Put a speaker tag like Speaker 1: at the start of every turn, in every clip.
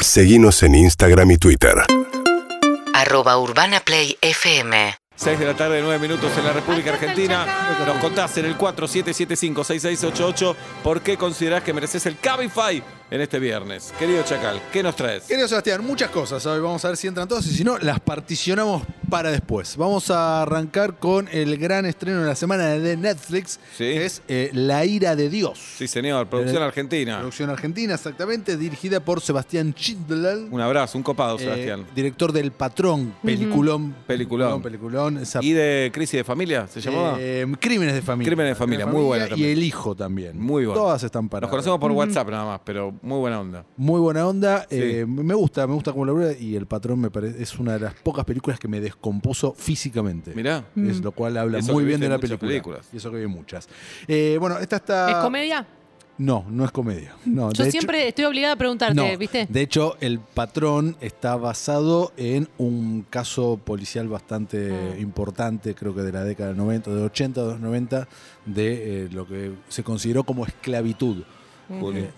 Speaker 1: Seguimos en Instagram y Twitter.
Speaker 2: arroba urbanaplayfm
Speaker 3: 6 de la tarde, 9 minutos en la República Argentina. Nos contás en el 4775-6688 por qué considerás que mereces el Cabify en este viernes. Querido Chacal, ¿qué nos traes?
Speaker 4: Querido Sebastián, muchas cosas. ¿sabes? Vamos a ver si entran todas y si no, las particionamos para después. Vamos a arrancar con el gran estreno de la semana de Netflix,
Speaker 3: Sí.
Speaker 4: que es eh, La ira de Dios.
Speaker 3: Sí, señor, producción
Speaker 4: Eh,
Speaker 3: argentina.
Speaker 4: Producción argentina, exactamente, dirigida por Sebastián Chindlal.
Speaker 3: Un abrazo, un copado,
Speaker 4: eh,
Speaker 3: Sebastián.
Speaker 4: director del Patrón, peliculón.
Speaker 3: Peliculón.
Speaker 4: Peliculón, esa-
Speaker 3: ¿Y de crisis de familia se llamaba?
Speaker 4: eh, Crímenes de familia.
Speaker 3: Crímenes de familia, muy buena
Speaker 4: Y
Speaker 3: también.
Speaker 4: El hijo también.
Speaker 3: Muy buena.
Speaker 4: Todas están para.
Speaker 3: Nos conocemos por WhatsApp nada más, pero muy buena onda.
Speaker 4: Muy buena onda.
Speaker 3: Sí.
Speaker 4: eh, me gusta, me gusta cómo labura y El Patrón me parece es una de las pocas películas que me descompuso físicamente.
Speaker 3: Mirá.
Speaker 5: Mm.
Speaker 4: Es lo cual habla
Speaker 3: Eso que
Speaker 4: muy bien
Speaker 3: viste
Speaker 4: de la
Speaker 3: muchas
Speaker 4: película.
Speaker 3: películas.
Speaker 4: Y eso que vi muchas. Eh, bueno, esta está.
Speaker 5: ¿Es comedia?
Speaker 4: No, no es comedia. No,
Speaker 5: Yo
Speaker 4: de
Speaker 5: siempre estoy obligada a preguntarte,
Speaker 4: hecho, no.
Speaker 5: ¿viste?
Speaker 4: De hecho, El Patrón está basado en un caso policial bastante
Speaker 5: Ah.
Speaker 4: importante, creo que de la década del 90, de 80 a los 90, de eh, lo que se consideró como esclavitud. Eh,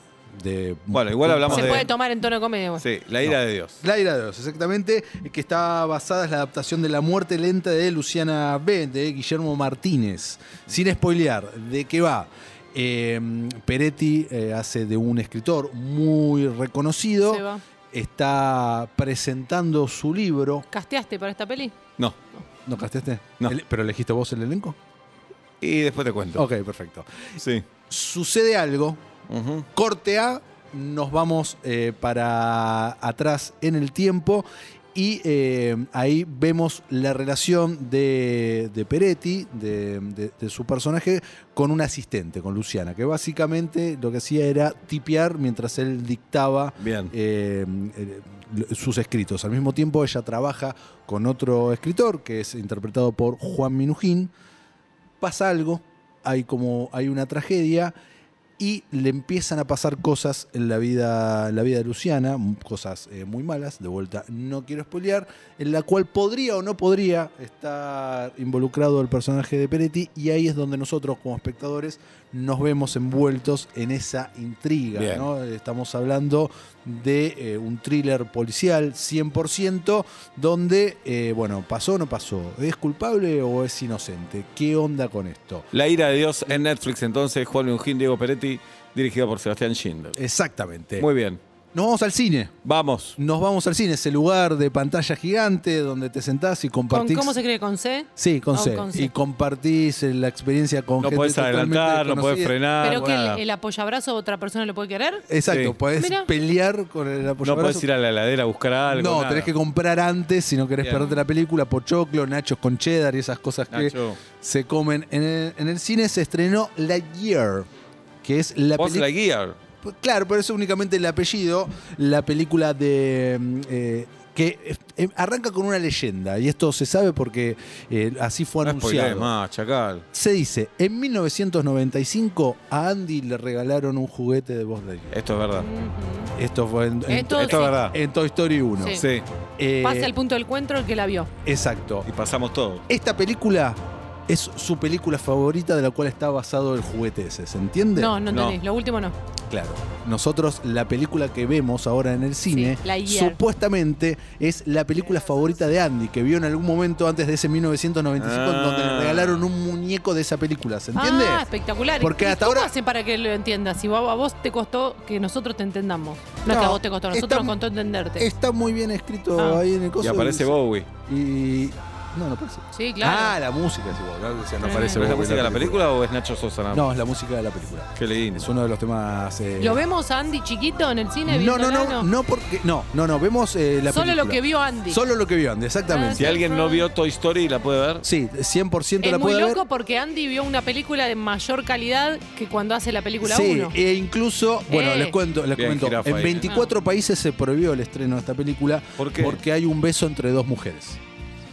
Speaker 4: de-
Speaker 3: Bueno, igual hablamos
Speaker 5: Se
Speaker 3: de.
Speaker 5: puede tomar en tono comedia. bueno.
Speaker 3: Sí, la ira de Dios.
Speaker 4: La ira de Dios, exactamente, eh, que está basada en la adaptación de La muerte lenta de Luciana B, de Guillermo Martínez. Sin spoilear, ¿de qué va? Eh, Peretti eh, hace de un escritor muy reconocido,
Speaker 5: Se va.
Speaker 4: está presentando su libro.
Speaker 5: ¿Casteaste para esta peli?
Speaker 3: No.
Speaker 4: ¿No casteaste?
Speaker 3: No.
Speaker 4: El- ¿Pero elegiste vos el elenco?
Speaker 3: Y después te cuento.
Speaker 4: Ok, perfecto.
Speaker 3: Sí.
Speaker 4: Sucede algo,
Speaker 3: Ujú.
Speaker 4: corte A, nos vamos eh, para atrás en el tiempo y eh, ahí vemos la relación de, de Peretti, de, de- de su personaje, con un asistente, con Luciana, que básicamente lo que hacía era tipear mientras él dictaba
Speaker 3: Bien.
Speaker 4: eh, eh, lo- sus escritos. Al mismo tiempo ella trabaja con otro escritor que es interpretado por Juan Minujín. Pasa algo, hay como hay una tragedia y le empiezan a pasar cosas en la vida, en la vida de Luciana, m- cosas eh, muy malas, de vuelta no quiero spoilear, en la cual podría o no podría estar involucrado el personaje de Peretti y ahí es donde nosotros como espectadores nos vemos envueltos en esa intriga.
Speaker 3: Bien.
Speaker 4: ¿no? Estamos hablando de eh, un thriller policial 100% donde, eh, bueno, pasó o no pasó, es culpable o es inocente, ¿qué onda con esto?
Speaker 3: La ira de Dios en Netflix, entonces, Juan Lujín, Diego Peretti, dirigido por Sebastián Schindler.
Speaker 4: Exactamente.
Speaker 3: Muy bien.
Speaker 4: Nos vamos al cine.
Speaker 3: Vamos.
Speaker 4: Nos vamos al cine, ese lugar de pantalla gigante donde te sentás y
Speaker 5: ¿Con,
Speaker 4: compartís.
Speaker 5: ¿Cómo se cree? ¿Con C?
Speaker 4: Sí, con,
Speaker 5: Oh,
Speaker 4: C.
Speaker 5: con C.
Speaker 4: Y compartís eh, la experiencia con
Speaker 3: No
Speaker 4: gente
Speaker 3: podés
Speaker 4: totalmente
Speaker 3: adelantar, no podés
Speaker 4: desconocida.
Speaker 3: frenar.
Speaker 5: ¿Pero que
Speaker 3: nada.
Speaker 5: el, el apoyabrazo otra persona lo puede querer?
Speaker 4: Exacto,
Speaker 3: Sí.
Speaker 4: podés
Speaker 5: Mirá.
Speaker 4: pelear con el apoyo.
Speaker 3: no podés ir a la heladera a buscar algo.
Speaker 4: No,
Speaker 3: nada.
Speaker 4: tenés que comprar antes si no querés
Speaker 3: Bien.
Speaker 4: perderte la película, pochoclo, nachos con cheddar y esas cosas que
Speaker 3: Nacho.
Speaker 4: se comen en el, en el cine. Se estrenó La Year, que es la
Speaker 3: Vos
Speaker 4: película...
Speaker 3: la guía.
Speaker 4: Pues, Claro, pero eso únicamente el apellido, la película de... mm, eh, que eh, eh, arranca con una leyenda, y esto se sabe porque eh, así fue
Speaker 3: No spoilees
Speaker 4: anunciado.
Speaker 3: más, chacal.
Speaker 4: se dice, en 1995 a Andy le regalaron un juguete de Buzz Lightyear.
Speaker 3: Esto es verdad.
Speaker 4: Esto fue en, en-
Speaker 5: Esto-
Speaker 3: Esto es
Speaker 5: sí.
Speaker 3: verdad.
Speaker 4: en Toy Story 1.
Speaker 5: Sí.
Speaker 3: Sí.
Speaker 4: Eh,
Speaker 5: Pasa al punto del encuentro el que la vio.
Speaker 4: Exacto.
Speaker 3: Y pasamos todo.
Speaker 4: Esta película es su película favorita de la cual está basado el juguete ese, ¿se entiende?
Speaker 5: No, no
Speaker 3: No.
Speaker 5: entendés. Lo último no.
Speaker 4: Claro. Nosotros, la película que vemos ahora en el cine,
Speaker 5: Sí, La Year.
Speaker 4: supuestamente es la película favorita de Andy, que vio en algún momento antes de ese 1995,
Speaker 3: Ah.
Speaker 4: donde le regalaron un muñeco de esa película, ¿se entiende?
Speaker 5: Ah, espectacular.
Speaker 4: Porque
Speaker 5: ¿Y
Speaker 4: hasta
Speaker 5: ¿Cómo
Speaker 4: ahora-
Speaker 5: hacen para que lo entiendas? Si vos- a vos te costó que nosotros te entendamos. No, es que
Speaker 4: No,
Speaker 5: a vos te costó, a nosotros
Speaker 4: está-
Speaker 5: nos costó entenderte.
Speaker 4: Está muy bien escrito
Speaker 5: Ah.
Speaker 4: ahí en el
Speaker 3: Y
Speaker 4: coso.
Speaker 3: aparece Bowie.
Speaker 4: Y... No, no aparece.
Speaker 5: Sí, claro.
Speaker 4: Ah, la música es igual. ¿no? Decía, no
Speaker 5: Tremendo.
Speaker 4: aparece
Speaker 3: ¿Pero es la
Speaker 4: Bowie en
Speaker 3: música de la película o es Nacho Sosa? nada más?
Speaker 4: No, es la música de la película.
Speaker 3: Qué lindo.
Speaker 4: Es uno de los temas... eh,
Speaker 5: ¿Lo vemos a Andy chiquito en el cine?
Speaker 4: No, no,
Speaker 5: viéndola,
Speaker 4: no, no, porque... No, no, no, vemos eh, la
Speaker 5: Solo
Speaker 4: película.
Speaker 5: lo que vio Andy. Ah,
Speaker 4: Solo lo que vio Andy, exactamente.
Speaker 3: Si alguien no vio Toy Story, ¿la puede ver?
Speaker 4: Sí, 100% la
Speaker 5: es muy
Speaker 4: puede ver.
Speaker 5: loco porque Andy vio una película de mayor calidad que cuando hace la película
Speaker 4: Sí,
Speaker 5: 1.
Speaker 4: e incluso, bueno,
Speaker 5: Eh. Ah.
Speaker 4: les cuento, les
Speaker 3: Bien,
Speaker 4: cuento,
Speaker 3: jirafa
Speaker 4: en
Speaker 3: ahí.
Speaker 4: 24 países se prohibió el estreno de esta película
Speaker 3: ¿Por qué?
Speaker 4: porque hay un beso entre dos mujeres.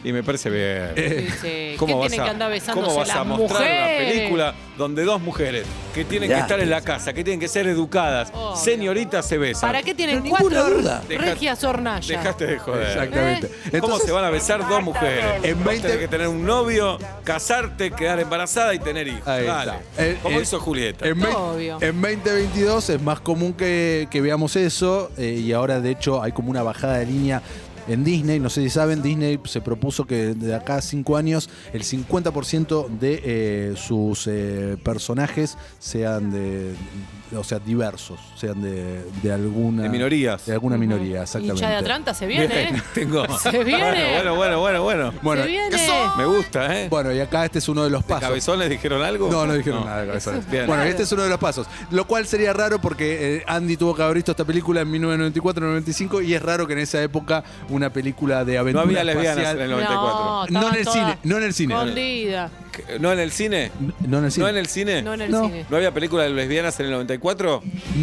Speaker 3: y me parece bien.
Speaker 4: Eh,
Speaker 5: Dice, ¿Qué
Speaker 3: eh, ¿Cómo vas,
Speaker 5: tienen
Speaker 3: a,
Speaker 5: que andar besándose
Speaker 3: cómo vas
Speaker 5: las
Speaker 3: a mostrar
Speaker 5: mujeres?
Speaker 3: una película donde dos mujeres que tienen que
Speaker 6: Ya.
Speaker 3: estar en la casa, que tienen que ser educadas,
Speaker 5: Obvio.
Speaker 3: señoritas se besan?
Speaker 5: ¿Para qué
Speaker 6: No,
Speaker 5: tienen
Speaker 6: ninguna
Speaker 5: cuatro
Speaker 6: duda.
Speaker 5: regias hornallas?
Speaker 3: Dejaste de joder.
Speaker 4: Exactamente.
Speaker 5: ¿Eh?
Speaker 3: ¿Cómo
Speaker 4: Entonces,
Speaker 3: se van a besar dos mujeres?
Speaker 4: En
Speaker 3: En
Speaker 4: 20
Speaker 3: que tener un novio, casarte, quedar embarazada y tener hijos.
Speaker 4: Ahí
Speaker 3: Dale.
Speaker 4: está. Eh,
Speaker 3: ¿Cómo
Speaker 4: eh,
Speaker 3: hizo Julieta?
Speaker 4: En, vei-
Speaker 5: Obvio.
Speaker 4: en 2022 es más común que, que veamos eso eh, y ahora de hecho hay como una bajada de línea en Disney. No sé si saben, Disney se propuso que de acá a 5 años el 50% de eh, sus eh, personajes sean de... O sea, diversos, sean de, de alguna...
Speaker 3: De minorías.
Speaker 4: De alguna minoría, exactamente.
Speaker 5: Hincha de Atlanta se viene, ¿eh?
Speaker 3: Tengo.
Speaker 5: Se viene.
Speaker 3: Bueno, bueno, bueno, bueno.
Speaker 4: Bueno,
Speaker 5: se viene.
Speaker 3: Me gusta, ¿eh?
Speaker 4: Bueno, y acá este es uno de los
Speaker 3: ¿De
Speaker 4: pasos.
Speaker 3: cabezones dijeron algo?
Speaker 4: No, no dijeron nada de cabezones.
Speaker 3: Bien.
Speaker 4: Bueno, este es uno de los pasos. Lo cual sería raro porque eh, Andy tuvo que haber visto esta película en 1994-95 y es raro que en esa época una película de
Speaker 3: no
Speaker 4: aventura
Speaker 3: había lesbianas
Speaker 4: espacial...
Speaker 3: en el
Speaker 5: No,
Speaker 3: 94.
Speaker 5: estaban
Speaker 4: No en el
Speaker 5: todas
Speaker 4: cine, no en el cine.
Speaker 5: escondidas.
Speaker 3: ¿Qué- ¿No en el cine?
Speaker 4: No en el cine.
Speaker 3: ¿No en el cine?
Speaker 5: No en el
Speaker 4: No.
Speaker 5: cine.
Speaker 3: ¿No había película de lesbianas en el 94?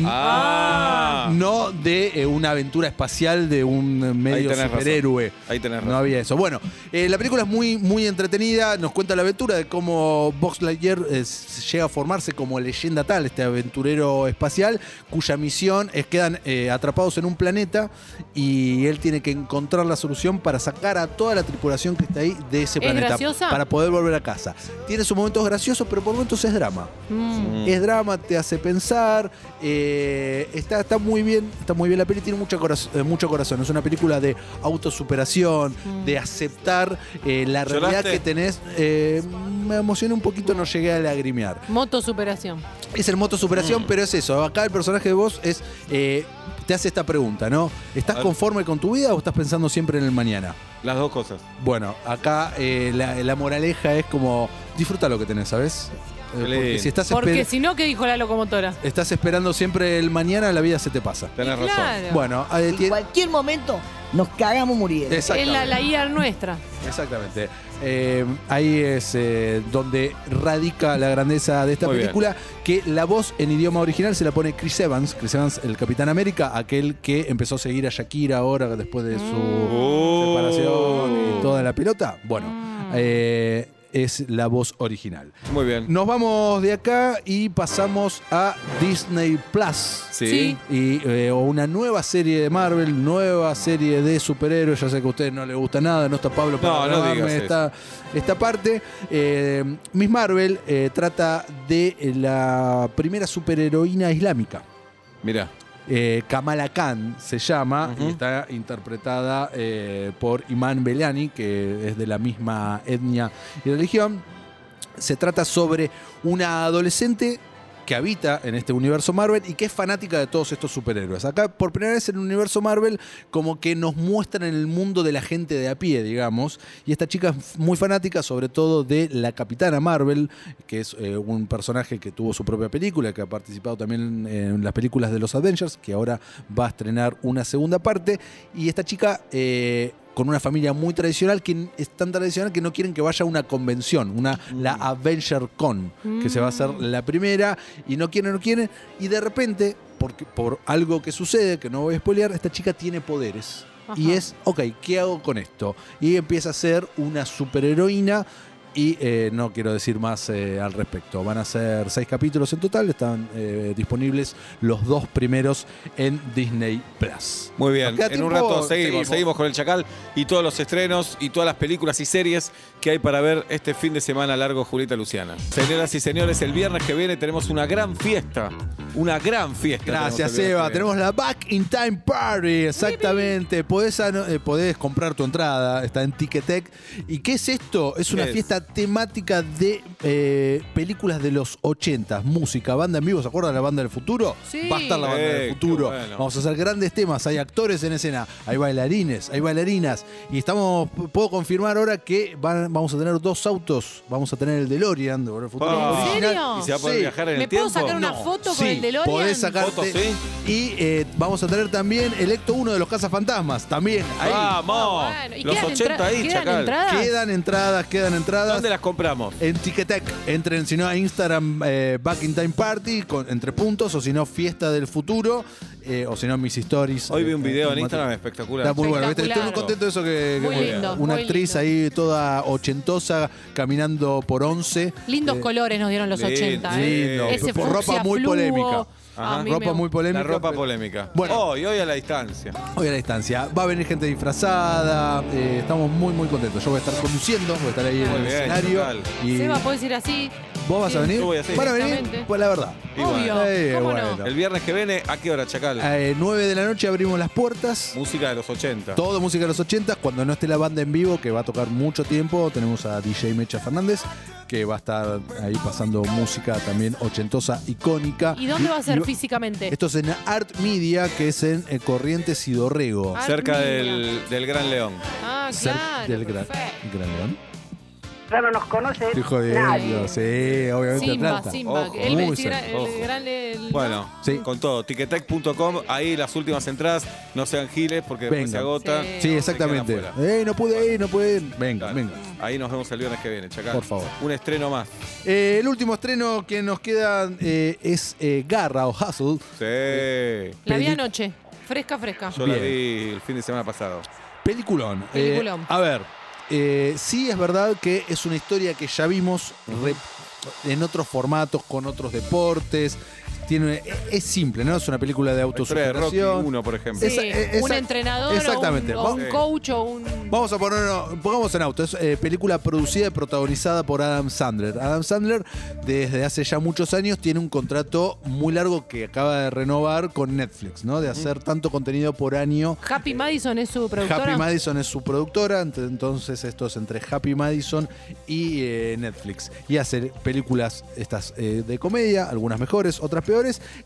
Speaker 3: Ah.
Speaker 4: Mm. No de eh, una aventura espacial de un medio
Speaker 3: tenés razón.
Speaker 4: superhéroe.
Speaker 3: Ahí tenés razón.
Speaker 4: No había eso. Bueno, eh, la película es muy, muy entretenida. Nos cuenta la aventura de cómo Box Lightyear eh, s- llega a formarse como leyenda tal, este aventurero espacial, cuya misión es quedan eh, atrapados en un planeta y él tiene que encontrar la solución para sacar a toda la tripulación que está ahí de ese
Speaker 5: ¿Es
Speaker 4: planeta.
Speaker 5: graciosa?
Speaker 4: Para poder volver a casa. Tiene sus momentos graciosos, pero por momentos es drama.
Speaker 5: Mm.
Speaker 3: Mm.
Speaker 4: Es drama, te hace pensar. eh, está, está muy bien, está muy bien la peli, tiene mucho corazón, mucho corazón. Es una película de autosuperación,
Speaker 5: Mm.
Speaker 4: de aceptar eh, la realidad
Speaker 3: ¿Lloraste?
Speaker 4: que tenés. Eh, me emocioné un poquito, no llegué a lagrimear.
Speaker 5: Moto superación.
Speaker 4: Es el moto superación, pero es eso. Acá el personaje de vos es. eh, te hace esta pregunta, ¿no?
Speaker 3: A
Speaker 4: ¿Estás
Speaker 3: ver.
Speaker 4: conforme con tu vida o estás pensando siempre en el mañana?
Speaker 3: Mm. Las dos cosas.
Speaker 4: Bueno, acá eh, la, la moraleja es como. Disfruta lo que tenés, ¿sabes? Eh,
Speaker 3: Qué
Speaker 4: porque
Speaker 3: lindo.
Speaker 4: si estás esper-
Speaker 5: Porque si no, ¿qué dijo la locomotora?
Speaker 4: Estás esperando siempre el mañana, la vida se te pasa.
Speaker 3: Tenés
Speaker 5: Y
Speaker 3: razón.
Speaker 5: claro,
Speaker 4: Bueno, eh,
Speaker 6: En
Speaker 4: tiene-
Speaker 6: cualquier momento nos cagamos muriendo.
Speaker 5: Es la, la
Speaker 4: exactamente.
Speaker 5: guía nuestra.
Speaker 4: exactamente. Eh, ahí es eh, donde radica la grandeza de esta
Speaker 3: Muy bien.
Speaker 4: película, que la voz en idioma original se la pone Chris Evans, Chris Evans, el Capitán América, aquel que empezó a seguir a Shakira ahora después de su
Speaker 3: Oh.
Speaker 4: separación y toda la pelota. Bueno,
Speaker 5: Ah.
Speaker 4: eh, es la voz original.
Speaker 3: Muy bien.
Speaker 4: Nos vamos de acá y pasamos a Disney Plus.
Speaker 3: Sí.
Speaker 5: Sí.
Speaker 4: y eh, o una nueva serie de Marvel, nueva serie de superhéroes. Ya sé que a ustedes no les gusta nada, no está Pablo para
Speaker 3: No, no
Speaker 4: grabarme
Speaker 3: digas eso.
Speaker 4: esta, esta parte. Eh, Miss Marvel eh, trata de eh, la primera superheroína islámica.
Speaker 3: Mira.
Speaker 4: Eh, Kamala Khan se llama
Speaker 3: Ujú.
Speaker 4: y está interpretada eh, por Iman Belani, que es de la misma etnia y religión. Se trata sobre una adolescente que habita en este universo Marvel y que es fanática de todos estos superhéroes. Acá, por primera vez en el universo Marvel, como que nos muestran el mundo de la gente de a pie, digamos. Y esta chica es muy fanática, sobre todo de la Capitana Marvel, que es eh, un personaje que tuvo su propia película, que ha participado también en las películas de los Avengers, que ahora va a estrenar una segunda parte. Y esta chica... eh, con una familia muy tradicional, que es tan tradicional que no quieren que vaya a una convención, una, la Avenger Con, que se va a hacer la primera, y no quieren, no quieren, y de repente, porque, por algo que sucede, que no voy a spoilear, esta chica tiene poderes. Y
Speaker 5: Ajá.
Speaker 4: es, ok, ¿qué hago con esto? Y empieza a ser una superheroína. Y eh, no quiero decir más eh, al respecto. Van a ser seis capítulos en total. Están eh, disponibles los dos primeros en Disney Plus.
Speaker 3: Muy
Speaker 4: Nos
Speaker 3: bien,
Speaker 4: queda
Speaker 3: en un
Speaker 4: tiempo,
Speaker 3: rato seguimos, seguimos, con el Chacal y todos los estrenos y todas las películas y series que hay para ver este fin de semana largo, Julita Luciana. Señoras y señores, el viernes que viene tenemos una gran fiesta. Una gran fiesta.
Speaker 4: Gracias,
Speaker 3: tenemos el viernes
Speaker 4: Eva.
Speaker 3: que
Speaker 4: Tenemos la Back in Time Party. Exactamente. Podés, ano- eh, podés comprar tu entrada. Está en Ticketek. ¿Y qué es esto? Es una
Speaker 3: ¿Qué es?
Speaker 4: fiesta temática de eh, películas de los 80, música, banda en vivo. ¿Se acuerdan de la banda del futuro?
Speaker 5: Sí.
Speaker 4: Va a estar la banda
Speaker 3: Eh,
Speaker 4: del
Speaker 3: qué
Speaker 4: futuro.
Speaker 3: bueno.
Speaker 4: Vamos a hacer grandes temas. Hay actores en escena, hay bailarines, hay bailarinas. Y estamos, puedo confirmar ahora que van- vamos a tener dos autos. Vamos a tener el DeLorean de Volver al Futuro.
Speaker 3: Ah.
Speaker 5: ¿En
Speaker 4: original.
Speaker 5: serio?
Speaker 3: viene. ¿Y se va a poder
Speaker 4: Sí.
Speaker 3: viajar en el
Speaker 5: ¿Me puedo
Speaker 3: tiempo?
Speaker 5: sacar una
Speaker 4: No,
Speaker 5: foto con
Speaker 4: sí,
Speaker 5: el DeLorean?
Speaker 4: Podés sacarte.
Speaker 3: Fotos, sí.
Speaker 4: Y eh, vamos a tener también Electo 1 de los Cazafantasmas. También. Ahí
Speaker 3: ¡Vamos!
Speaker 5: Ah, bueno. ¿Y
Speaker 3: Los
Speaker 5: quedan
Speaker 3: 80
Speaker 5: entra-
Speaker 3: ahí,
Speaker 5: quedan
Speaker 3: Chacal.
Speaker 5: entradas?
Speaker 4: quedan entradas, quedan entradas.
Speaker 3: ¿Dónde las compramos?
Speaker 4: En Ticketek, entren si no a Instagram eh, Back in Time Party, con, entre puntos, o si no Fiesta del Futuro. eh, o si no, mis stories.
Speaker 3: Hoy vi
Speaker 4: eh,
Speaker 3: un video en
Speaker 4: Mati-
Speaker 3: Instagram espectacular.
Speaker 4: Está muy bueno, ¿viste? estoy muy
Speaker 5: Espectacular.
Speaker 4: contento de eso que, que-
Speaker 5: Muy lindo,
Speaker 4: una
Speaker 5: muy
Speaker 4: actriz
Speaker 5: lindo.
Speaker 4: ahí toda ochentosa caminando por once.
Speaker 5: Lindos colores nos dieron los
Speaker 3: lindo,
Speaker 5: 80, ¿eh?
Speaker 4: lindo.
Speaker 5: Ese
Speaker 4: Por
Speaker 5: fucsia
Speaker 4: ropa muy
Speaker 5: fluo, Ah,
Speaker 4: polémica.
Speaker 5: a
Speaker 3: Ajá.
Speaker 5: mí
Speaker 4: Ropa
Speaker 5: me-
Speaker 4: muy polémica.
Speaker 3: la ropa
Speaker 4: pero-
Speaker 3: polémica.
Speaker 4: Bueno.
Speaker 3: Hoy, hoy a la distancia.
Speaker 4: Hoy a la distancia. Va a venir gente disfrazada. eh, estamos muy, muy contentos. Yo voy a estar conduciendo, voy a estar ahí en
Speaker 3: Muy
Speaker 4: el
Speaker 3: bien,
Speaker 4: escenario.
Speaker 3: total.
Speaker 4: Y
Speaker 5: Seba, puedes ir así.
Speaker 4: ¿Vos vas a
Speaker 5: Sí.
Speaker 4: venir?
Speaker 3: Yo voy así.
Speaker 4: ¿Van a venir?
Speaker 5: Exactamente.
Speaker 4: Pues la verdad.
Speaker 3: Y
Speaker 5: Obvio.
Speaker 3: bueno,
Speaker 4: Eh,
Speaker 5: ¿Cómo
Speaker 4: bueno.
Speaker 5: no?
Speaker 3: El viernes que viene, ¿a qué hora, Chacal?
Speaker 4: A 9 de la noche abrimos las puertas.
Speaker 3: Música de los 80.
Speaker 4: Todo música de los 80, cuando no esté la banda en vivo, que va a tocar mucho tiempo, tenemos a DJ Mecha Fernández, que va a estar ahí pasando música también ochentosa, icónica.
Speaker 5: ¿Y dónde va a ser
Speaker 4: y-
Speaker 5: físicamente?
Speaker 4: Esto es en Art Media, que es en eh, Corrientes y Dorrego.
Speaker 5: Ah,
Speaker 3: Cerca
Speaker 5: Arminia.
Speaker 3: del, del Gran León.
Speaker 5: Ah,
Speaker 4: Cer-
Speaker 5: claro.
Speaker 4: del Gran,
Speaker 5: perfecto.
Speaker 4: Gran León.
Speaker 7: Claro, nos conoce.
Speaker 4: Estoy jodiendo,
Speaker 5: Nadie.
Speaker 4: sí, obviamente
Speaker 5: Simba,
Speaker 4: Atlanta.
Speaker 5: Simba.
Speaker 3: Ojo.
Speaker 5: Él
Speaker 4: Muy
Speaker 5: va a decir
Speaker 4: cerca,
Speaker 5: el
Speaker 3: ojo.
Speaker 5: gran- el-
Speaker 3: Bueno,
Speaker 4: Sí.
Speaker 3: con todo. Ticketec.com, ahí las últimas entradas, no sean giles porque después
Speaker 4: Vengan.
Speaker 3: se agota.
Speaker 5: Sí.
Speaker 4: Sí, exactamente.
Speaker 3: Se quedan
Speaker 4: Eh, no pude ir, no pude ir. Venga,
Speaker 3: Dale.
Speaker 4: venga.
Speaker 3: Ahí nos vemos el viernes que viene, Chacal.
Speaker 4: Por favor.
Speaker 3: Un estreno más.
Speaker 4: Eh, el último estreno que nos queda eh, es eh, Garra o Hustle.
Speaker 3: Sí.
Speaker 5: La vi
Speaker 4: Peli-
Speaker 5: anoche. Fresca, fresca.
Speaker 3: Yo la
Speaker 4: Bien.
Speaker 3: vi el fin de semana pasado.
Speaker 4: Peliculón. Eh,
Speaker 5: Peliculón.
Speaker 4: a ver, eh, sí es verdad que es una historia que ya vimos re- en otros formatos, con otros deportes. Tiene, es, es simple, ¿no? Es una película de
Speaker 3: La historia de Rocky
Speaker 4: autosuperación.
Speaker 3: 1, por ejemplo.
Speaker 5: Sí,
Speaker 4: Esa- e-
Speaker 5: un
Speaker 4: esa-
Speaker 5: entrenador o
Speaker 4: exactamente.
Speaker 5: un- o un,
Speaker 3: Sí.
Speaker 5: coach o un...
Speaker 4: Vamos a ponernos, pongamos en auto, es eh, película producida y protagonizada por Adam Sandler. Adam Sandler desde hace ya muchos años tiene un contrato muy largo que acaba de renovar con Netflix, ¿no? De hacer tanto contenido por año
Speaker 5: Happy Madison es su productora.
Speaker 4: Happy Madison es su productora, ent- entonces esto es entre Happy Madison y eh, Netflix. Y hace películas estas eh, de comedia, algunas mejores, otras peores,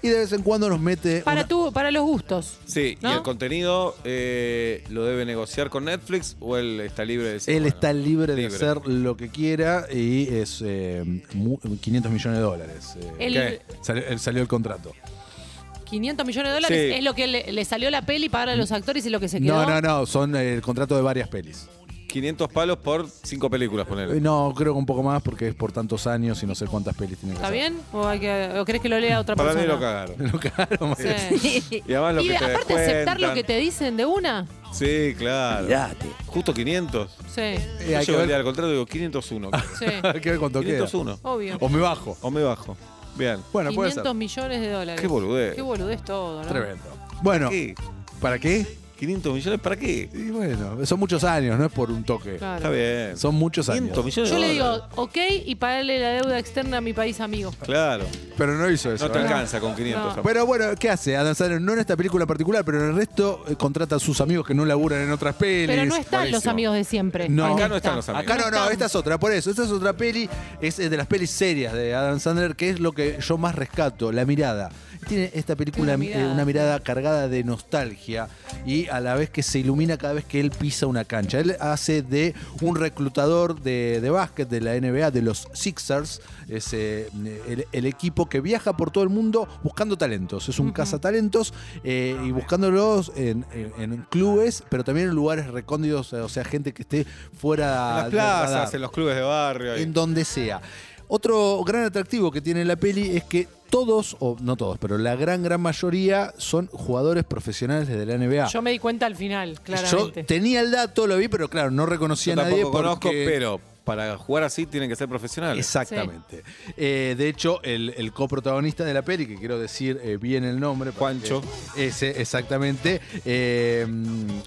Speaker 4: y de vez en cuando nos mete...
Speaker 5: para,
Speaker 4: una-
Speaker 5: tu, para los gustos.
Speaker 3: Sí, y
Speaker 5: ¿No?
Speaker 3: el contenido eh, lo debe negociar con Netflix o él está libre de decir,
Speaker 4: Él
Speaker 3: bueno,
Speaker 4: está libre de
Speaker 3: libre.
Speaker 4: hacer lo que quiera y es eh, mu- 500 millones de dólares. eh,
Speaker 5: El
Speaker 3: ¿Qué?
Speaker 4: salió, él salió el contrato.
Speaker 5: 500 millones de dólares
Speaker 3: Sí.
Speaker 5: es lo que le, le salió la peli para los actores y lo que se quedó.
Speaker 4: Mm. No, no, no, son eh, el contrato de varias pelis.
Speaker 3: 500 palos por 5 películas, ponele.
Speaker 4: Eh, No, creo que un poco más porque es por tantos años y no sé cuántas pelis tiene que
Speaker 5: ¿Está
Speaker 4: hacer.
Speaker 5: bien? ¿O, hay que- o querés que lo lea otra
Speaker 3: Para mí
Speaker 5: persona?
Speaker 3: lo cagaron.
Speaker 4: Lo cagaron, María.
Speaker 5: Sí.
Speaker 3: Y además lo
Speaker 5: y
Speaker 3: que te
Speaker 5: aparte aceptar
Speaker 3: descuentan.
Speaker 5: lo que te dicen de una.
Speaker 3: Sí, claro.
Speaker 6: Mirate.
Speaker 3: Justo 500.
Speaker 5: Sí,
Speaker 4: Eh,
Speaker 3: Yo llego el
Speaker 4: hay que
Speaker 3: día
Speaker 4: ver,
Speaker 3: del contrato y digo 501.
Speaker 5: sí,
Speaker 4: hay que ver cuánto queda.
Speaker 3: 501.
Speaker 5: obvio.
Speaker 4: O me bajo.
Speaker 3: O me bajo. Bien.
Speaker 4: Bueno, puede ser.
Speaker 5: 500 millones de dólares.
Speaker 3: Qué boludez.
Speaker 5: Qué boludez todo, ¿no?
Speaker 4: Tremendo. Bueno,
Speaker 3: ¿Qué?
Speaker 4: ¿para qué?
Speaker 3: ¿500 millones para qué?
Speaker 4: Y bueno, son muchos años, no es por un toque.
Speaker 5: Claro.
Speaker 3: Está bien.
Speaker 4: Son muchos
Speaker 3: 500
Speaker 4: años.
Speaker 3: millones
Speaker 5: Yo
Speaker 3: de
Speaker 5: le
Speaker 3: dólares.
Speaker 5: digo, ok, y pagarle la deuda externa a mi país amigo.
Speaker 3: Claro.
Speaker 4: Pero no hizo eso.
Speaker 3: No te
Speaker 4: ¿eh?
Speaker 3: alcanza con 500.
Speaker 5: No.
Speaker 4: Pero bueno, ¿qué hace? Adam Sandler no en esta película en particular, pero en el resto eh, contrata a sus amigos que no laburan en otras pelis.
Speaker 5: Pero no están los
Speaker 3: buenísimo.
Speaker 5: amigos de siempre.
Speaker 4: No.
Speaker 3: Acá no están los amigos.
Speaker 4: Acá no, no,
Speaker 5: están.
Speaker 4: esta es otra, por eso. Esta es otra peli, es eh, de las pelis serias de Adam Sandler, que es lo que yo más rescato, la mirada. Tiene esta película eh, una
Speaker 5: Tiene una
Speaker 4: mirada,
Speaker 5: mirada.
Speaker 4: cargada de nostalgia y a la vez que se ilumina cada vez que él pisa una cancha. Él hace de un reclutador de, de básquet de la NBA, de los Sixers, es, eh, el, el equipo que viaja por todo el mundo buscando talentos. Es un cazatalentos eh, y buscándolos en, en- en clubes, pero también en lugares recónditos, eh, o sea, gente que esté fuera
Speaker 3: En las
Speaker 4: del
Speaker 3: plazas,
Speaker 4: radar,
Speaker 3: en los clubes de barrio. ahí.
Speaker 4: Ah, en donde sea. Otro gran atractivo que tiene la peli es que todos, o no todos, pero la gran, gran mayoría son jugadores profesionales de la NBA.
Speaker 5: Yo me di cuenta al final,
Speaker 4: Yo
Speaker 5: claramente.
Speaker 4: tenía el dato, lo vi, pero claro, no reconocía
Speaker 3: Yo
Speaker 4: a nadie
Speaker 3: tampoco conozco,
Speaker 4: porque-
Speaker 3: pero para jugar así tienen que ser profesionales.
Speaker 4: Exactamente. Eh, de hecho, el, el coprotagonista de la peli, que quiero decir eh, bien el nombre. para
Speaker 3: Juancho.
Speaker 4: que- Ese, exactamente. Eh,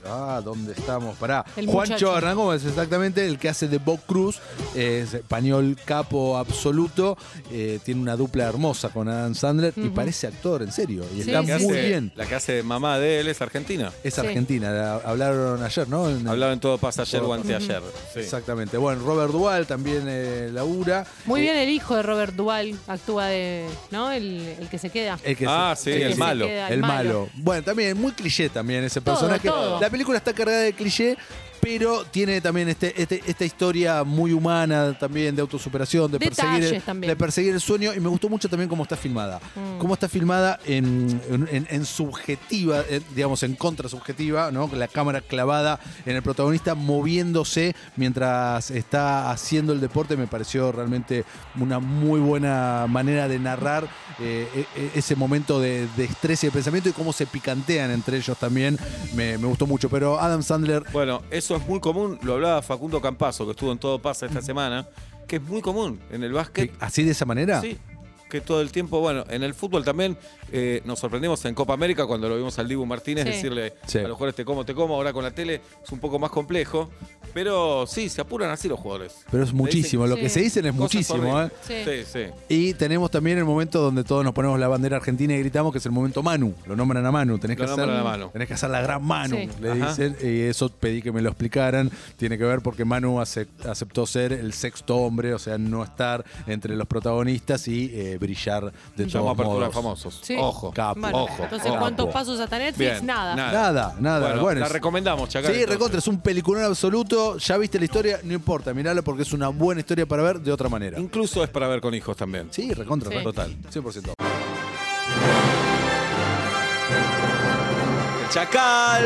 Speaker 4: ah, ¿dónde estamos? Pará.
Speaker 5: El
Speaker 4: Juancho
Speaker 5: muchacho.
Speaker 4: Hernán Gómez, exactamente, el que hace de Bob Cruz, eh, es español capo absoluto. eh, tiene una dupla hermosa con Adam Sandler y parece actor, en serio.
Speaker 5: Sí,
Speaker 4: Y está
Speaker 3: La que
Speaker 5: sí,
Speaker 4: muy
Speaker 3: hace-
Speaker 4: bien.
Speaker 3: La que hace mamá de él es argentina.
Speaker 4: Es
Speaker 5: Sí.
Speaker 4: argentina, la- hablaron ayer, ¿no? En-
Speaker 3: Hablaban todo pasa ayer
Speaker 4: Todo
Speaker 3: o anteayer. Sí.
Speaker 4: Exactamente. Bueno, Robert Duval también eh, labura.
Speaker 5: Muy
Speaker 4: Eh,
Speaker 5: bien el hijo de Robert Duval actúa de, ¿no? El, el que se queda.
Speaker 4: El que
Speaker 3: Ah,
Speaker 4: se-
Speaker 3: sí,
Speaker 5: el
Speaker 4: que
Speaker 5: que
Speaker 3: el
Speaker 5: se
Speaker 3: malo.
Speaker 5: queda,
Speaker 4: El malo. Bueno, también muy cliché también ese
Speaker 5: Todo,
Speaker 4: personaje.
Speaker 5: todo.
Speaker 4: La película está cargada de cliché, Pero tiene también este, este- esta historia muy humana también de autosuperación, de perseguir,
Speaker 5: Detalles también. Mm.
Speaker 4: de perseguir el sueño. Y me gustó mucho también cómo está filmada. Cómo está filmada en, en- en- en subjetiva, eh, digamos, en contrasubjetiva, ¿no? Con la cámara clavada en el protagonista moviéndose mientras está haciendo el deporte. Me pareció realmente una muy buena manera de narrar eh, e- e- ese momento de, de estrés y de pensamiento y cómo se picantean entre ellos también. Me, me gustó mucho. Pero Adam Sandler
Speaker 3: Bueno, eso es muy común, lo hablaba Facundo Campazo, que estuvo en Todo Pasa esta semana, que es muy común en el básquet.
Speaker 4: ¿Que- ¿Así de esa manera?
Speaker 3: Sí, que todo el tiempo, bueno, en el fútbol también eh, nos sorprendimos en Copa América cuando lo vimos al Dibu Martínez
Speaker 5: Sí.
Speaker 3: decirle
Speaker 4: Sí.
Speaker 3: a los jugadores te como, te como, ahora con la tele es un poco más complejo, pero sí, se apuran así los jugadores.
Speaker 4: Pero es muchísimo, lo que
Speaker 5: Sí.
Speaker 4: se dicen es
Speaker 3: Cosas
Speaker 4: muchísimo. ¿eh?
Speaker 3: horribles.
Speaker 5: Sí.
Speaker 3: Sí, sí.
Speaker 4: Y tenemos también el momento donde todos nos ponemos la bandera argentina y gritamos que es el momento Manu. Lo nombran a Manu, tenés,
Speaker 3: Lo
Speaker 4: que, hacer,
Speaker 3: nombran a Manu.
Speaker 4: tenés que hacer la gran Manu,
Speaker 5: Sí.
Speaker 4: le
Speaker 3: Ajá.
Speaker 4: dicen. Y eso pedí que me lo explicaran. Tiene que ver porque Manu ace- aceptó ser el sexto hombre, o sea, no estar entre los protagonistas y eh, brillar de todos
Speaker 3: Llamo a apertura de
Speaker 4: modos.
Speaker 3: famosos.
Speaker 5: Sí.
Speaker 3: Ojo.
Speaker 4: Capo,
Speaker 5: Bueno,
Speaker 4: ojo.
Speaker 5: entonces,
Speaker 4: ojo.
Speaker 5: ¿cuántos pasos hasta Netflix?
Speaker 3: Bien,
Speaker 5: nada.
Speaker 3: nada.
Speaker 4: Nada, nada.
Speaker 3: Bueno,
Speaker 4: Bueno,
Speaker 3: la
Speaker 4: es-
Speaker 3: recomendamos, Chacal,
Speaker 4: Sí,
Speaker 3: entonces.
Speaker 4: recontra, es un peliculón absoluto. Ya viste la historia, no importa, mirala porque es una buena historia para ver de otra manera.
Speaker 3: Incluso es para ver con hijos también.
Speaker 4: Sí, recontra,
Speaker 5: Sí.
Speaker 4: total. 100%.
Speaker 3: El Chacal.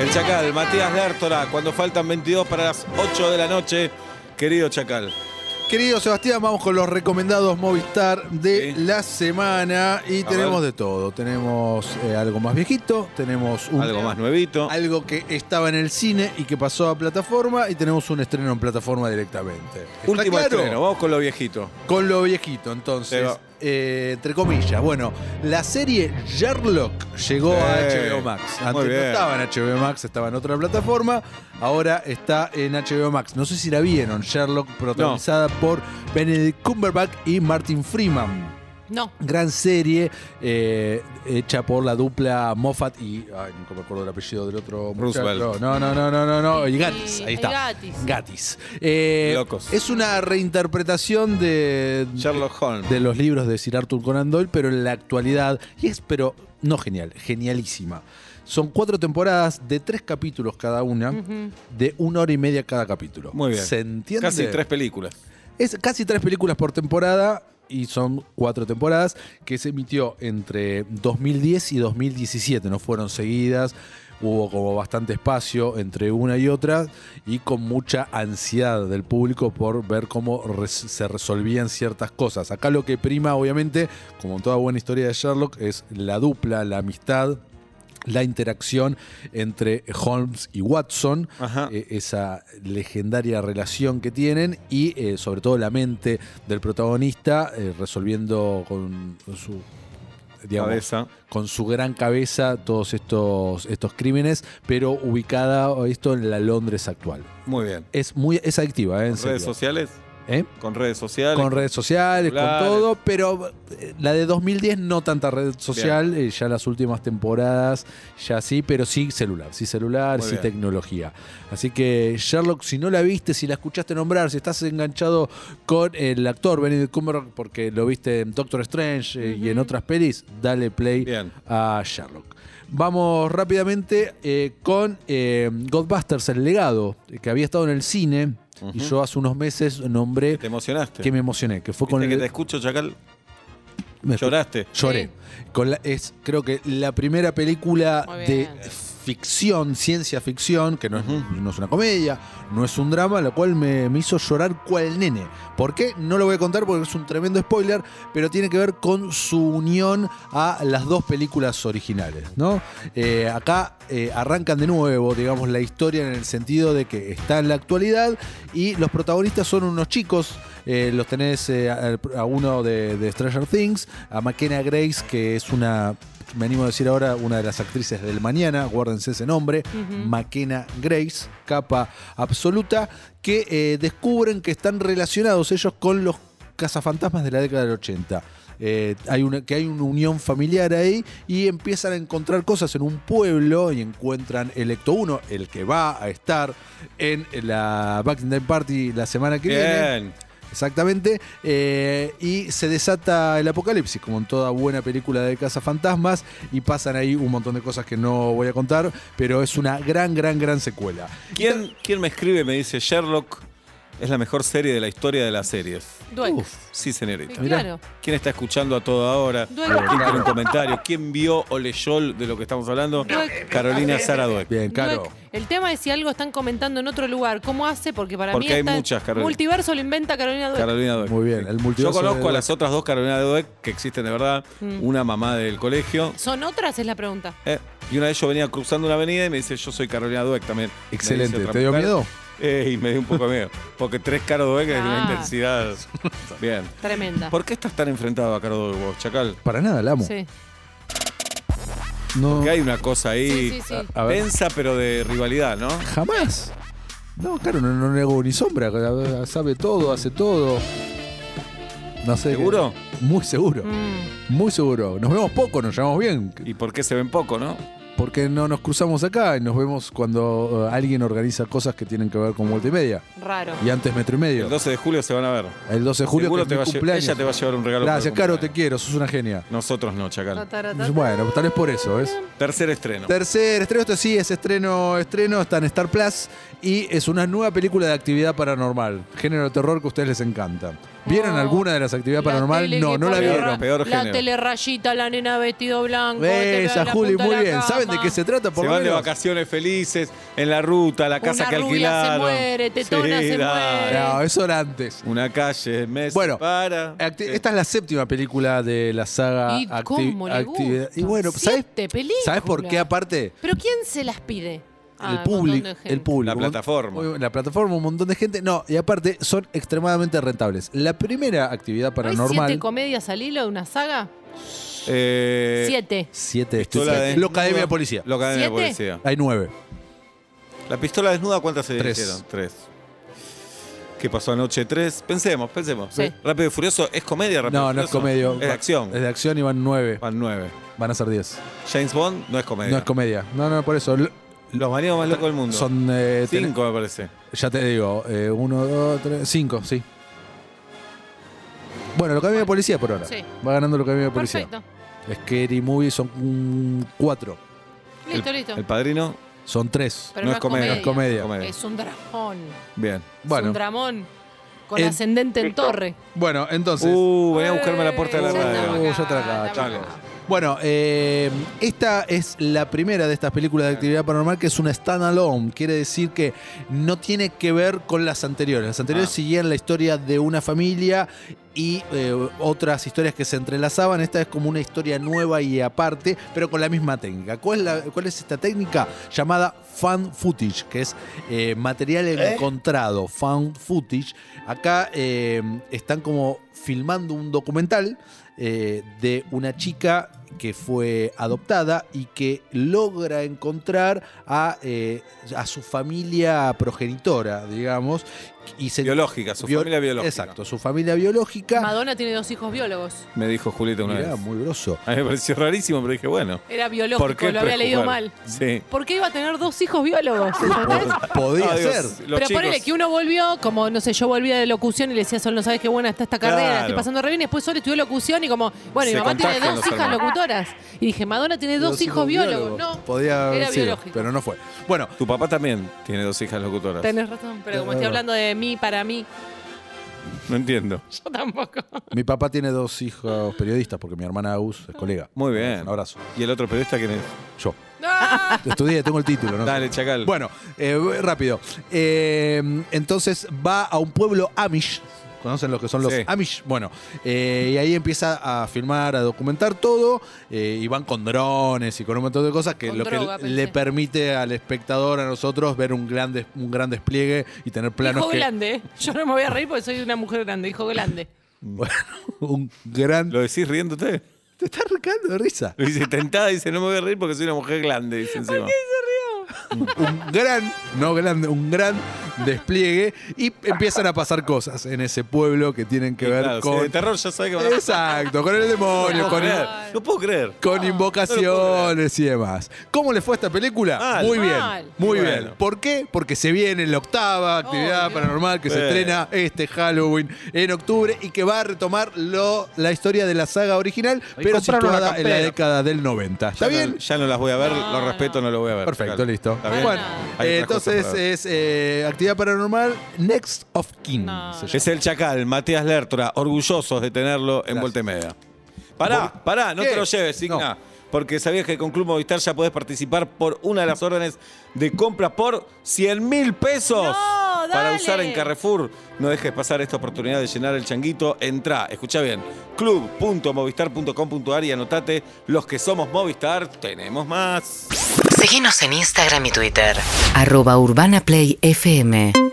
Speaker 3: El Chacal, Matías Lártora, cuando faltan 22 para las 8 de la noche. Querido Chacal.
Speaker 4: Querido Sebastián, vamos con los recomendados Movistar de
Speaker 3: Sí.
Speaker 4: la semana. Y
Speaker 3: A
Speaker 4: tenemos
Speaker 3: ver.
Speaker 4: de todo. Tenemos eh, algo más viejito, tenemos un-
Speaker 3: Algo más nuevito.
Speaker 4: algo que estaba en el cine y que pasó a plataforma, y tenemos un estreno en plataforma directamente. ¿Está
Speaker 3: Último
Speaker 4: claro?
Speaker 3: estreno, vamos con lo viejito.
Speaker 4: Con lo viejito, entonces.
Speaker 3: Sí, va.
Speaker 4: eh, entre comillas, bueno, la serie Sherlock llegó a
Speaker 3: Sí.
Speaker 4: HBO Max.
Speaker 3: Muy
Speaker 4: Antes no
Speaker 3: bien.
Speaker 4: estaba en HBO Max, estaba en otra plataforma. Ahora está en HBO Max. No sé si la vieron, Sherlock, protagonizada por Benedict Cumberbatch y Martin Freeman.
Speaker 5: No.
Speaker 4: Gran serie eh, hecha por la dupla Moffat y. Ay, nunca me acuerdo el apellido del otro. muchacho.
Speaker 3: Roosevelt.
Speaker 4: No, no, no, no, no, no. Y Gatis,
Speaker 5: Y-
Speaker 4: ahí está.
Speaker 5: y Gatis.
Speaker 4: Gatis. Eh,
Speaker 3: Locos.
Speaker 4: Es una reinterpretación de.
Speaker 3: Sherlock Holmes.
Speaker 4: De los libros de Sir Arthur Conan Doyle, pero en la actualidad. Y es, pero no genial, genialísima. Son cuatro temporadas de tres capítulos cada una, de una hora y media cada capítulo.
Speaker 3: Muy bien.
Speaker 4: ¿Se entiende?
Speaker 3: Casi tres películas.
Speaker 4: Es casi tres películas por temporada y son cuatro temporadas que se emitió entre 2010 y 2017. No fueron seguidas, hubo como bastante espacio entre una y otra y con mucha ansiedad del público por ver cómo res- se resolvían ciertas cosas. Acá lo que prima, obviamente, como en toda buena historia de Sherlock, es la dupla, la amistad. La interacción entre Holmes y Watson,
Speaker 3: Ajá.
Speaker 4: eh, esa legendaria relación que tienen y eh, sobre todo la mente del protagonista eh, resolviendo con su digamos,
Speaker 3: Cabeza.
Speaker 4: con su gran cabeza todos estos estos crímenes, pero ubicada esto en la Londres actual.
Speaker 3: Muy bien.
Speaker 4: Es muy es adictiva, ¿eh? en
Speaker 3: ¿Con redes
Speaker 4: serio.
Speaker 3: sociales?
Speaker 4: ¿Eh?
Speaker 3: Con redes sociales.
Speaker 4: Con redes sociales, con
Speaker 3: Populares.
Speaker 4: todo, pero eh, la de 2010 no tanta red social, eh, ya las últimas temporadas ya sí, pero sí celular, sí celular,
Speaker 3: Muy
Speaker 4: sí
Speaker 3: bien.
Speaker 4: tecnología. Así que Sherlock, si no la viste, si la escuchaste nombrar, si estás enganchado con el actor Benedict Cumberbatch porque lo viste en Doctor Strange eh, y en otras pelis, dale play
Speaker 3: Bien.
Speaker 4: a Sherlock. Vamos rápidamente eh, con eh, Godbusters, el legado, eh, que había estado en el cine. Y yo hace unos meses nombré
Speaker 3: ¿Te emocionaste?
Speaker 4: que me emocioné, que fue
Speaker 3: Viste
Speaker 4: con
Speaker 3: que
Speaker 4: el-
Speaker 3: te escucho, Chacal?
Speaker 4: me-
Speaker 3: Lloraste.
Speaker 4: Lloré.
Speaker 5: Sí.
Speaker 4: Con la- es creo que la primera película
Speaker 5: Muy
Speaker 4: de
Speaker 5: bien.
Speaker 4: ficción, ciencia ficción, que no es, no es una comedia, no es un drama, la cual me, me hizo llorar cual nene. ¿Por qué? No lo voy a contar porque es un tremendo spoiler, pero tiene que ver con su unión a las dos películas originales, ¿no? Eh, acá eh, arrancan de nuevo, digamos, la historia en el sentido de que está en la actualidad y los protagonistas son unos chicos. eh, los tenés eh, a, a uno de, de Stranger Things, a McKenna Grace, que es una, me animo a decir ahora, una de las actrices del mañana, guárdense ese nombre, McKenna Grace, capa absoluta, que eh, descubren que están relacionados ellos con los cazafantasmas de la década del 80. Eh, hay una, que hay una unión familiar ahí y empiezan a encontrar cosas en un pueblo y encuentran el Ecto 1, el que va a estar en la Back in Time Party la semana que viene.
Speaker 3: Bien.
Speaker 4: Exactamente. Eh, y se desata el apocalipsis, como en toda buena película de cazafantasmas. Y pasan ahí un montón de cosas que no voy a contar, pero es una gran, gran, gran secuela.
Speaker 3: ¿Quién, ¿Quién me escribe? Me dice Sherlock es la mejor serie de la historia de las series.
Speaker 5: Dweck.
Speaker 3: Sí,
Speaker 5: Sí,
Speaker 3: señorita.
Speaker 5: claro.
Speaker 3: ¿Quién está escuchando a toda hora?
Speaker 5: Dueck.
Speaker 3: ¿Quién tiene un comentario? ¿Quién vio o leyó de lo que estamos hablando?
Speaker 5: Dueck.
Speaker 3: Carolina Sara Dueck.
Speaker 4: Bien, eh, Caro.
Speaker 5: Dweck. El tema es si algo están comentando en otro lugar. ¿Cómo hace? Porque para
Speaker 3: Porque
Speaker 5: mí
Speaker 3: hay
Speaker 5: está-
Speaker 3: muchas, Carolina.
Speaker 5: multiverso lo inventa Carolina Dweck.
Speaker 3: Carolina Dweck.
Speaker 4: Muy bien, el
Speaker 3: Yo
Speaker 4: multiverso
Speaker 3: conozco
Speaker 4: de
Speaker 3: a las otras dos Carolina Dweck que existen de verdad.
Speaker 5: Mm.
Speaker 3: Una mamá del colegio.
Speaker 5: ¿Son otras? Es la pregunta.
Speaker 3: eh, y una de ellos venía cruzando una avenida y me dice, yo soy Carolina Dweck también. Me
Speaker 4: Excelente.
Speaker 3: dice otra
Speaker 4: ¿Te dio
Speaker 3: mujer.
Speaker 4: miedo?
Speaker 3: Eh, y me dio un poco de miedo. Porque tres Caro Dweck es de una
Speaker 5: Ah.
Speaker 3: intensidad. Bien.
Speaker 5: Tremenda.
Speaker 3: ¿Por qué estás tan enfrentado a Caro Dweck, vos, Chacal?
Speaker 4: Para nada, la amo.
Speaker 5: Sí.
Speaker 4: No,
Speaker 3: Porque hay una cosa ahí
Speaker 5: Sí, sí, sí.
Speaker 4: A ver.
Speaker 3: tensa, pero de rivalidad, ¿no?
Speaker 4: jamás. No, claro, no, no nego ni sombra. Sabe todo, hace todo. No sé.
Speaker 3: ¿Seguro?
Speaker 4: Muy seguro.
Speaker 5: Mm.
Speaker 4: Muy seguro. Nos vemos poco, nos llevamos bien.
Speaker 3: ¿Y por qué se ven poco, no?
Speaker 4: Porque no nos cruzamos acá y nos vemos cuando eh, alguien organiza cosas que tienen que ver con vuelta y media.
Speaker 5: Raro.
Speaker 4: Y antes metro y medio.
Speaker 3: El 12 de julio se van a ver.
Speaker 4: El 12 de julio
Speaker 3: Seguro
Speaker 4: que es
Speaker 3: te
Speaker 4: mi
Speaker 3: va a lle-
Speaker 4: cumpleaños.
Speaker 3: ella te va a llevar un regalo. para
Speaker 4: Gracias,
Speaker 3: tu
Speaker 4: Caro, te
Speaker 3: cumpleaños.
Speaker 4: quiero, sos una genia.
Speaker 3: Nosotros no, Chacal.
Speaker 4: Bueno, tal vez por eso, ¿ves?
Speaker 3: Tercer estreno.
Speaker 4: Tercer estreno, esto sí es estreno, estreno, está en Star Plus y es una nueva película de actividad paranormal, género de terror que a ustedes les encanta. ¿Vieron
Speaker 5: Oh.
Speaker 4: alguna de las actividades paranormal? No, no la
Speaker 3: pone
Speaker 4: vieron.
Speaker 3: ra- Peor
Speaker 5: La
Speaker 3: género.
Speaker 5: telerrayita, la nena vestido blanco. te pega
Speaker 4: Esa,
Speaker 5: la
Speaker 4: Juli,
Speaker 5: punta de
Speaker 4: muy
Speaker 5: la
Speaker 4: bien.
Speaker 5: cama.
Speaker 4: ¿Saben de qué se trata? Por
Speaker 3: se
Speaker 4: lo
Speaker 3: van de
Speaker 4: menos?
Speaker 3: vacaciones felices, en la ruta, la casa
Speaker 5: Una
Speaker 3: que
Speaker 5: rubia se
Speaker 3: alquilaron.
Speaker 5: muere, tetona se muere.
Speaker 4: No, eso era antes.
Speaker 3: Una calle, Eh, mes
Speaker 4: Bueno,
Speaker 3: para.
Speaker 4: Acti- esta es la séptima película de la saga
Speaker 5: ¿Y
Speaker 4: acti-
Speaker 5: cómo le gusta?
Speaker 4: actividad. Y bueno, ¿sabes,
Speaker 5: Siete películas.
Speaker 4: ¿sabes por qué aparte?
Speaker 5: ¿Pero quién se las pide? Ah,
Speaker 4: el
Speaker 5: un montón
Speaker 4: público,
Speaker 5: de gente.
Speaker 4: el público.
Speaker 3: La plataforma.
Speaker 4: Muy- La plataforma, un montón de gente. No, y aparte son extremadamente rentables. La primera
Speaker 5: ¿No
Speaker 4: actividad
Speaker 5: hay
Speaker 4: paranormal.
Speaker 5: siete comedias al hilo de una saga?
Speaker 3: Eh,
Speaker 5: siete.
Speaker 4: Siete de
Speaker 3: Pistola
Speaker 4: estos-
Speaker 3: desnuda.
Speaker 4: Lo Academia de Policía.
Speaker 3: Lo Academia de
Speaker 5: ¿Siete?
Speaker 3: Policía.
Speaker 4: Hay nueve.
Speaker 3: La pistola desnuda, ¿cuántas se
Speaker 4: Tres.
Speaker 3: hicieron? Tres. ¿Qué pasó anoche? Tres. Pensemos, pensemos.
Speaker 5: Sí.
Speaker 3: Rápido y Furioso es comedia, Rápido
Speaker 4: No,
Speaker 3: y
Speaker 4: no es
Speaker 3: Furioso?
Speaker 4: comedia.
Speaker 3: Es de acción.
Speaker 4: Es de acción y van nueve.
Speaker 3: Van nueve.
Speaker 4: Van a ser diez.
Speaker 3: James Bond no es comedia.
Speaker 4: No es comedia. No, no, por eso. Lo-
Speaker 3: Los maridos más locos del mundo.
Speaker 4: Son. eh, ten-
Speaker 3: cinco, me parece.
Speaker 4: Ya te digo. eh, uno, dos, tres. Cinco, sí. Bueno, lo Academia de Policía por ahora.
Speaker 5: Sí.
Speaker 4: Va ganando lo Academia de Policía.
Speaker 5: Perfecto.
Speaker 4: Scary Movie son mm, cuatro.
Speaker 5: Listo, listo.
Speaker 3: El eh. padrino
Speaker 4: Son tres.
Speaker 5: Pero
Speaker 3: no es comedia.
Speaker 4: No es comedia.
Speaker 3: comedia.
Speaker 5: Es un dramón.
Speaker 3: Bien.
Speaker 5: Es
Speaker 4: Bueno,
Speaker 5: un dramón. Con
Speaker 4: El-
Speaker 5: ascendente en torre. Eh,
Speaker 4: bueno, entonces.
Speaker 3: Uh, venía Eh, a buscarme a la puerta de la
Speaker 5: Ya estamos
Speaker 3: radio.
Speaker 4: Uh,
Speaker 5: acá,
Speaker 4: ya te la acabo,
Speaker 5: estamos acá.
Speaker 4: Bueno, eh, esta es la primera de estas películas de actividad paranormal que es una standalone. Quiere decir que no tiene que ver con las anteriores. Las anteriores
Speaker 3: Ah.
Speaker 4: seguían la historia de una familia y eh, otras historias que se entrelazaban. Esta es como una historia nueva y aparte, pero con la misma técnica. ¿Cuál es, la- cuál es esta técnica? Llamada fan footage, que es eh, material encontrado, fan footage. Acá eh, están como filmando un documental eh, de una chica que fue adoptada y que logra encontrar a, eh, a su familia progenitora, digamos, y se
Speaker 3: Biológica, su
Speaker 4: bio-
Speaker 3: familia biológica.
Speaker 4: Exacto, su familia biológica.
Speaker 5: Madonna tiene dos hijos biólogos.
Speaker 3: Me dijo Julieta una
Speaker 4: Mirá,
Speaker 3: vez.
Speaker 4: muy groso.
Speaker 3: A mí me pareció rarísimo, pero dije, bueno.
Speaker 5: Era biológico,
Speaker 3: ¿Por qué
Speaker 5: lo había leído
Speaker 3: prejuzgar?
Speaker 5: mal.
Speaker 3: Sí.
Speaker 5: ¿Por qué iba a tener dos hijos biólogos? ¿Entendés?
Speaker 4: Podía
Speaker 3: Ah, Dios,
Speaker 4: ser.
Speaker 3: los
Speaker 5: Pero
Speaker 3: chicos.
Speaker 5: ponele que uno volvió, como no sé, yo volvía de locución y le decía a Sol, no sabes qué buena está esta carrera, la estoy
Speaker 3: Claro.
Speaker 5: pasando re bien. Y Después Sol estudió locución y como, bueno,
Speaker 3: Se
Speaker 5: mi mamá tiene
Speaker 3: contagian
Speaker 5: dos
Speaker 3: los
Speaker 5: hijas
Speaker 3: hermanos.
Speaker 5: locutoras. Y dije, Madonna tiene dos, hijos, biólogos. No,
Speaker 4: Podía haber
Speaker 5: era
Speaker 4: sido,
Speaker 5: biológico.
Speaker 4: pero no fue. Bueno,
Speaker 3: Tu papá también tiene dos hijas locutoras.
Speaker 5: Tenés razón, pero como estoy
Speaker 4: Claro.
Speaker 5: hablando de mí para mí,
Speaker 3: No entiendo.
Speaker 5: yo tampoco.
Speaker 4: mi papá tiene dos hijos periodistas, porque mi hermana Agus es colega.
Speaker 3: Muy bien.
Speaker 4: Un abrazo.
Speaker 3: ¿Y el otro periodista quién es?
Speaker 4: Yo.
Speaker 5: ¡Ah!
Speaker 4: Estudié, tengo el título, ¿no?
Speaker 3: Dale, chacal.
Speaker 4: Bueno, eh, rápido. Eh, entonces va a un pueblo Amish. ¿Conocen lo que son los
Speaker 3: Sí.
Speaker 4: Amish? Bueno, eh, y ahí empieza a filmar, a documentar todo, eh, y van con drones y con un montón de cosas que
Speaker 5: Con
Speaker 4: lo
Speaker 5: droga,
Speaker 4: que le
Speaker 5: pensé.
Speaker 4: permite al espectador, a nosotros, ver un gran, des- un gran despliegue y tener planos
Speaker 5: hijo
Speaker 4: que...
Speaker 5: grande, ¿eh? Yo no me voy a reír porque soy una mujer grande, hijo grande.
Speaker 4: Bueno, un gran...
Speaker 3: ¿Lo decís riéndote?
Speaker 4: Te estás recando de risa.
Speaker 3: Lo dice tentada, dice, no me voy a reír porque soy una mujer grande, dice encima.
Speaker 4: un gran, no grande, un gran despliegue y empiezan a pasar cosas en ese pueblo que tienen que
Speaker 3: Y
Speaker 4: ver
Speaker 3: claro, si
Speaker 4: con
Speaker 3: de terror ya sabe que van a
Speaker 4: Exacto, con el demonio,
Speaker 3: no puedo
Speaker 4: con,
Speaker 3: creer, no puedo creer.
Speaker 4: con
Speaker 3: no lo puedo
Speaker 4: invocaciones y demás. ¿Cómo le fue a esta película?
Speaker 3: Mal.
Speaker 4: muy bien,
Speaker 5: Mal.
Speaker 4: muy
Speaker 3: Bueno.
Speaker 4: bien. ¿Por qué? Porque se viene la octava actividad
Speaker 5: Obvio.
Speaker 4: paranormal que se
Speaker 3: Bueno.
Speaker 4: estrena este Halloween en octubre y que va a retomar lo- la historia de la saga original, pero
Speaker 8: compraron una
Speaker 4: situada en la
Speaker 8: campera.
Speaker 4: década del 90. ¿Está
Speaker 3: Ya
Speaker 4: bien?
Speaker 3: no- ya no las voy a ver,
Speaker 5: No,
Speaker 3: lo respeto, no lo voy a ver.
Speaker 4: Perfecto,
Speaker 3: Claro.
Speaker 4: listo.
Speaker 3: ¿Está bien?
Speaker 4: Bueno,
Speaker 3: Hay
Speaker 4: eh,
Speaker 3: otras cosas
Speaker 4: entonces
Speaker 3: para ver.
Speaker 4: es eh, actividad paranormal Next of Kin.
Speaker 5: No,
Speaker 4: se
Speaker 5: no.
Speaker 4: llama.
Speaker 3: Es el Chacal, Matías Lertora, orgullosos de tenerlo en
Speaker 4: Gracias.
Speaker 3: Voltemedia. Pará, pará, no
Speaker 4: ¿Qué?
Speaker 3: te lo lleves, Signa.
Speaker 4: No.
Speaker 3: Porque sabías que con Club Movistar ya podés participar por una de las órdenes de compra por 100 mil pesos.
Speaker 5: No,
Speaker 3: Para
Speaker 5: dale.
Speaker 3: usar en Carrefour. No dejes pasar esta oportunidad de llenar el changuito. Entrá, escucha bien, club.movistar.com.ar y anotate. Los que somos Movistar, tenemos más.
Speaker 2: Seguinos en Instagram y Twitter. Arroba Urbana Play FM